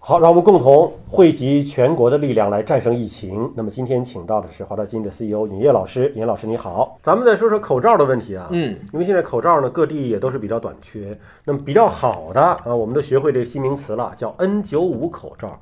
好，让我们共同汇集全国的力量来战胜疫情。那么今天请到的是华大基因的 CEO 尹烨老师，尹老师你好。咱们再说说口罩的问题啊，嗯，因为现在口罩呢各地也都是比较短缺。那么比较好的啊，我们都学会这新名词了，叫 N95 口罩。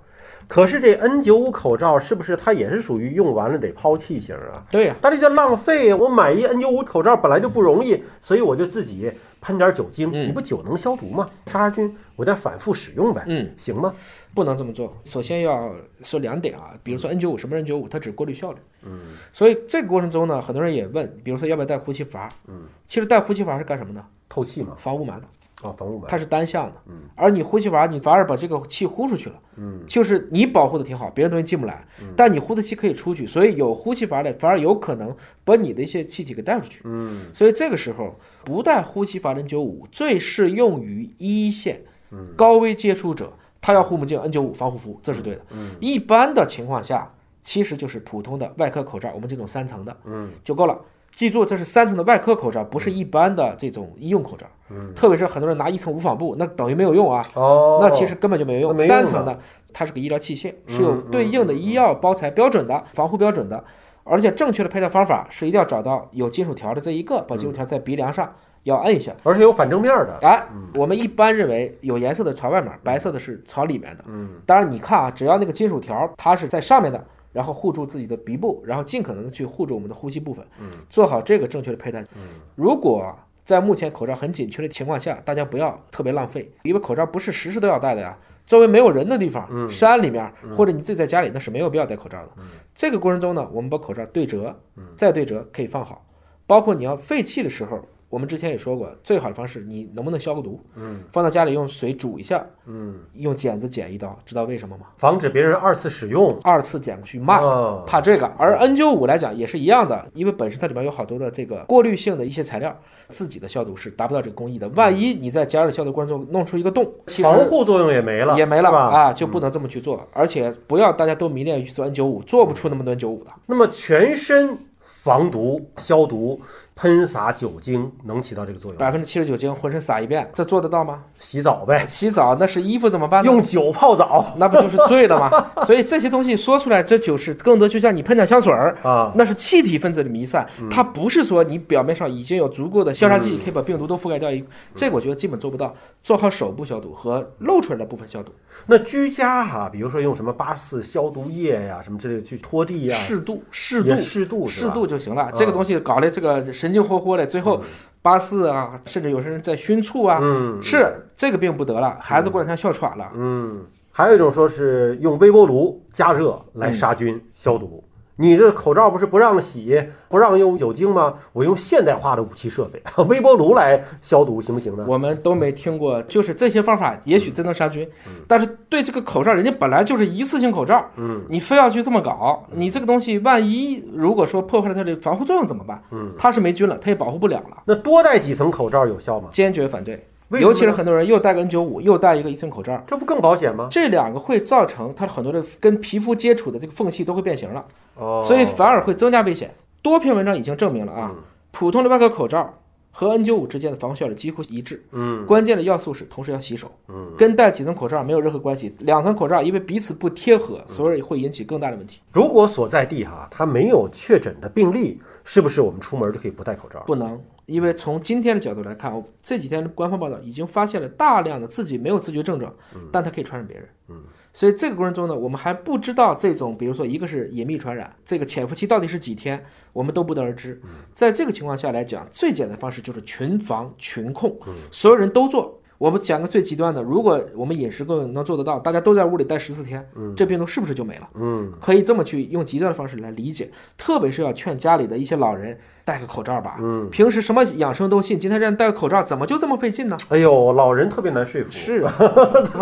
可是这 N95 口罩是不是它也是属于用完了得抛弃型啊？对呀、大家就浪费，我买一 N95 口罩本来就不容易，所以我就自己喷点酒精。嗯你不酒能消毒吗？杀杀菌，我再反复使用呗，嗯，行吗？不能这么做。首先要说两点啊，比如说 N 9 5什么是 N 9 5它只是过滤效率。嗯，所以这个过程中呢，很多人也问，比如说要不要戴呼吸阀？嗯，其实戴呼吸阀是干什么的？透气嘛，防雾霾的，啊，防雾霾。它是单向的。嗯，而你呼吸阀，你反而把这个气呼出去了，嗯，就是你保护的挺好，别的东西进不来，但你呼的气可以出去，所以有呼吸阀的反而有可能把你的一些气体给带出去。嗯，所以这个时候不戴呼吸阀 N 9 5最适用于一线嗯高危接触者，他要护目镜 N 9 5防护服，这是对的。嗯一般的情况下，其实就是普通的外科口罩，我们这种三层的，嗯，就够了。记住，这是三层的外科口罩，不是一般的这种医用口罩。嗯，特别是很多人拿一层无纺布，那等于没有用啊。哦，那其实根本就没有用。那没用三了层的，它是个医疗器械，嗯是有对应的医药包材标准的、防护标准的，而且正确的佩戴方法是一定要找到有金属条的这一个，把金属嗯条在鼻梁上要摁一下。而且有反正面的，哎，我们一般认为有颜色的朝外面，白色的是朝里面的。嗯，当然你看啊，只要那个金属条它是在上面的，然后护住自己的鼻部，然后尽可能的去护住我们的呼吸部分，嗯，做好这个正确的佩戴。嗯，如果在目前口罩很紧缺的情况下，大家不要特别浪费，因为口罩不是时时都要戴的呀。周围没有人的地方，山里面或者你自己在家里，那是没有必要戴口罩的。这个过程中呢，我们把口罩对折，再对折可以放好。包括你要废弃的时候，我们之前也说过，最好的方式你能不能消个毒？嗯，放到家里用水煮一下，嗯，用剪子剪一刀，知道为什么吗？防止别人二次使用。二次剪过去骂，啊怕这个。而 N 9 5来讲也是一样的，因为本身它里面有好多的这个过滤性的一些材料，自己的消毒是达不到这个工艺的。万一你在加热消毒过程中弄出一个洞，其实防护作用也没了，也没了是吧？嗯啊，就不能这么去做。而且不要大家都迷恋于做 N 9 5做不出那么多 N 9 5的。那么全身防毒、消毒、喷洒酒精能起到这个作用吗。百分之七十九精浑身撒一遍，这做得到吗？洗澡呗，洗澡啊那是衣服怎么办呢？用酒泡澡那不就是醉了吗？所以这些东西说出来，这就是更多就像你喷点香水儿，啊，那是气体分子的弥散，嗯它不是说你表面上已经有足够的消杀剂可以把病毒都覆盖掉嗯一，这个我觉得基本做不到。做好手部消毒和露出来的部分消毒，那居家哈、比如说用什么八四消毒液呀、什么之类的去拖地呀、适度适也度适度是适吧嗯度就行了。这个东西搞得这个神经霍霍的，最后八四啊，甚至有些人在熏醋啊，嗯是这个病不得了，孩子过两天哮喘了，嗯，还有一种说是用微波炉加热来杀菌、消毒。嗯你这口罩不是不让洗，不让用酒精吗？我用现代化的武器设备， 微波炉来消毒行不行呢？我们都没听嗯过，就是这些方法，也许真能杀菌，但是对这个口罩，人家本来就是一次性口罩，嗯，你非要去这么搞，你这个东西万一如果说破坏了它的防护作用怎么办？嗯，它是霉菌了，它也保护不了了，那多戴几层口罩有效吗？坚决反对。为什么呢啊尤其是很多人又戴个 N95，又戴一个一次性口罩，这不更保险吗？这两个会造成它很多的跟皮肤接触的这个缝隙都会变形了。哦嗯所以反而会增加危险。多篇文章已经证明了啊，普通的外科口罩和 N95 之间的防护效率几乎一致。嗯，关键的要素是同时要洗手，嗯，跟戴几层口罩没有任何关系。两层口罩因为彼此不贴合，所以会引起更大的问题。如果所在地哈、它没有确诊的病例，是不是我们出门就可以不戴口罩？不能，因为从今天的角度来看，我这几天的官方报道已经发现了大量的自己没有自觉症状，但它可以传染别人。嗯，所以这个过程中呢，我们还不知道这种，比如说一个是隐秘传染，这个潜伏期到底是几天，我们都不得而知。在这个情况下来讲，最简单的方式就是群防群控，所有人都做。我们讲个最极端的，如果我们饮食供应能做得到，大家都在屋里待十四天，这病毒是不是就没了？嗯，可以这么去用极端的方式来理解，特别是要劝家里的一些老人戴个口罩吧。嗯，平时什么养生都信，今天让你戴个口罩，怎么就这么费劲呢？哎呦，老人特别难说服， 是，他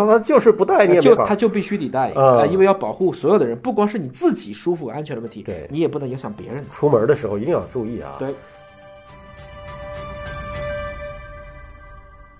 他就是不戴你也没就法。他就必须得戴啊啊，因为要保护所有的人，不光是你自己舒服安全的问题对，你也不能影响别人。出门的时候一定要注意啊。对，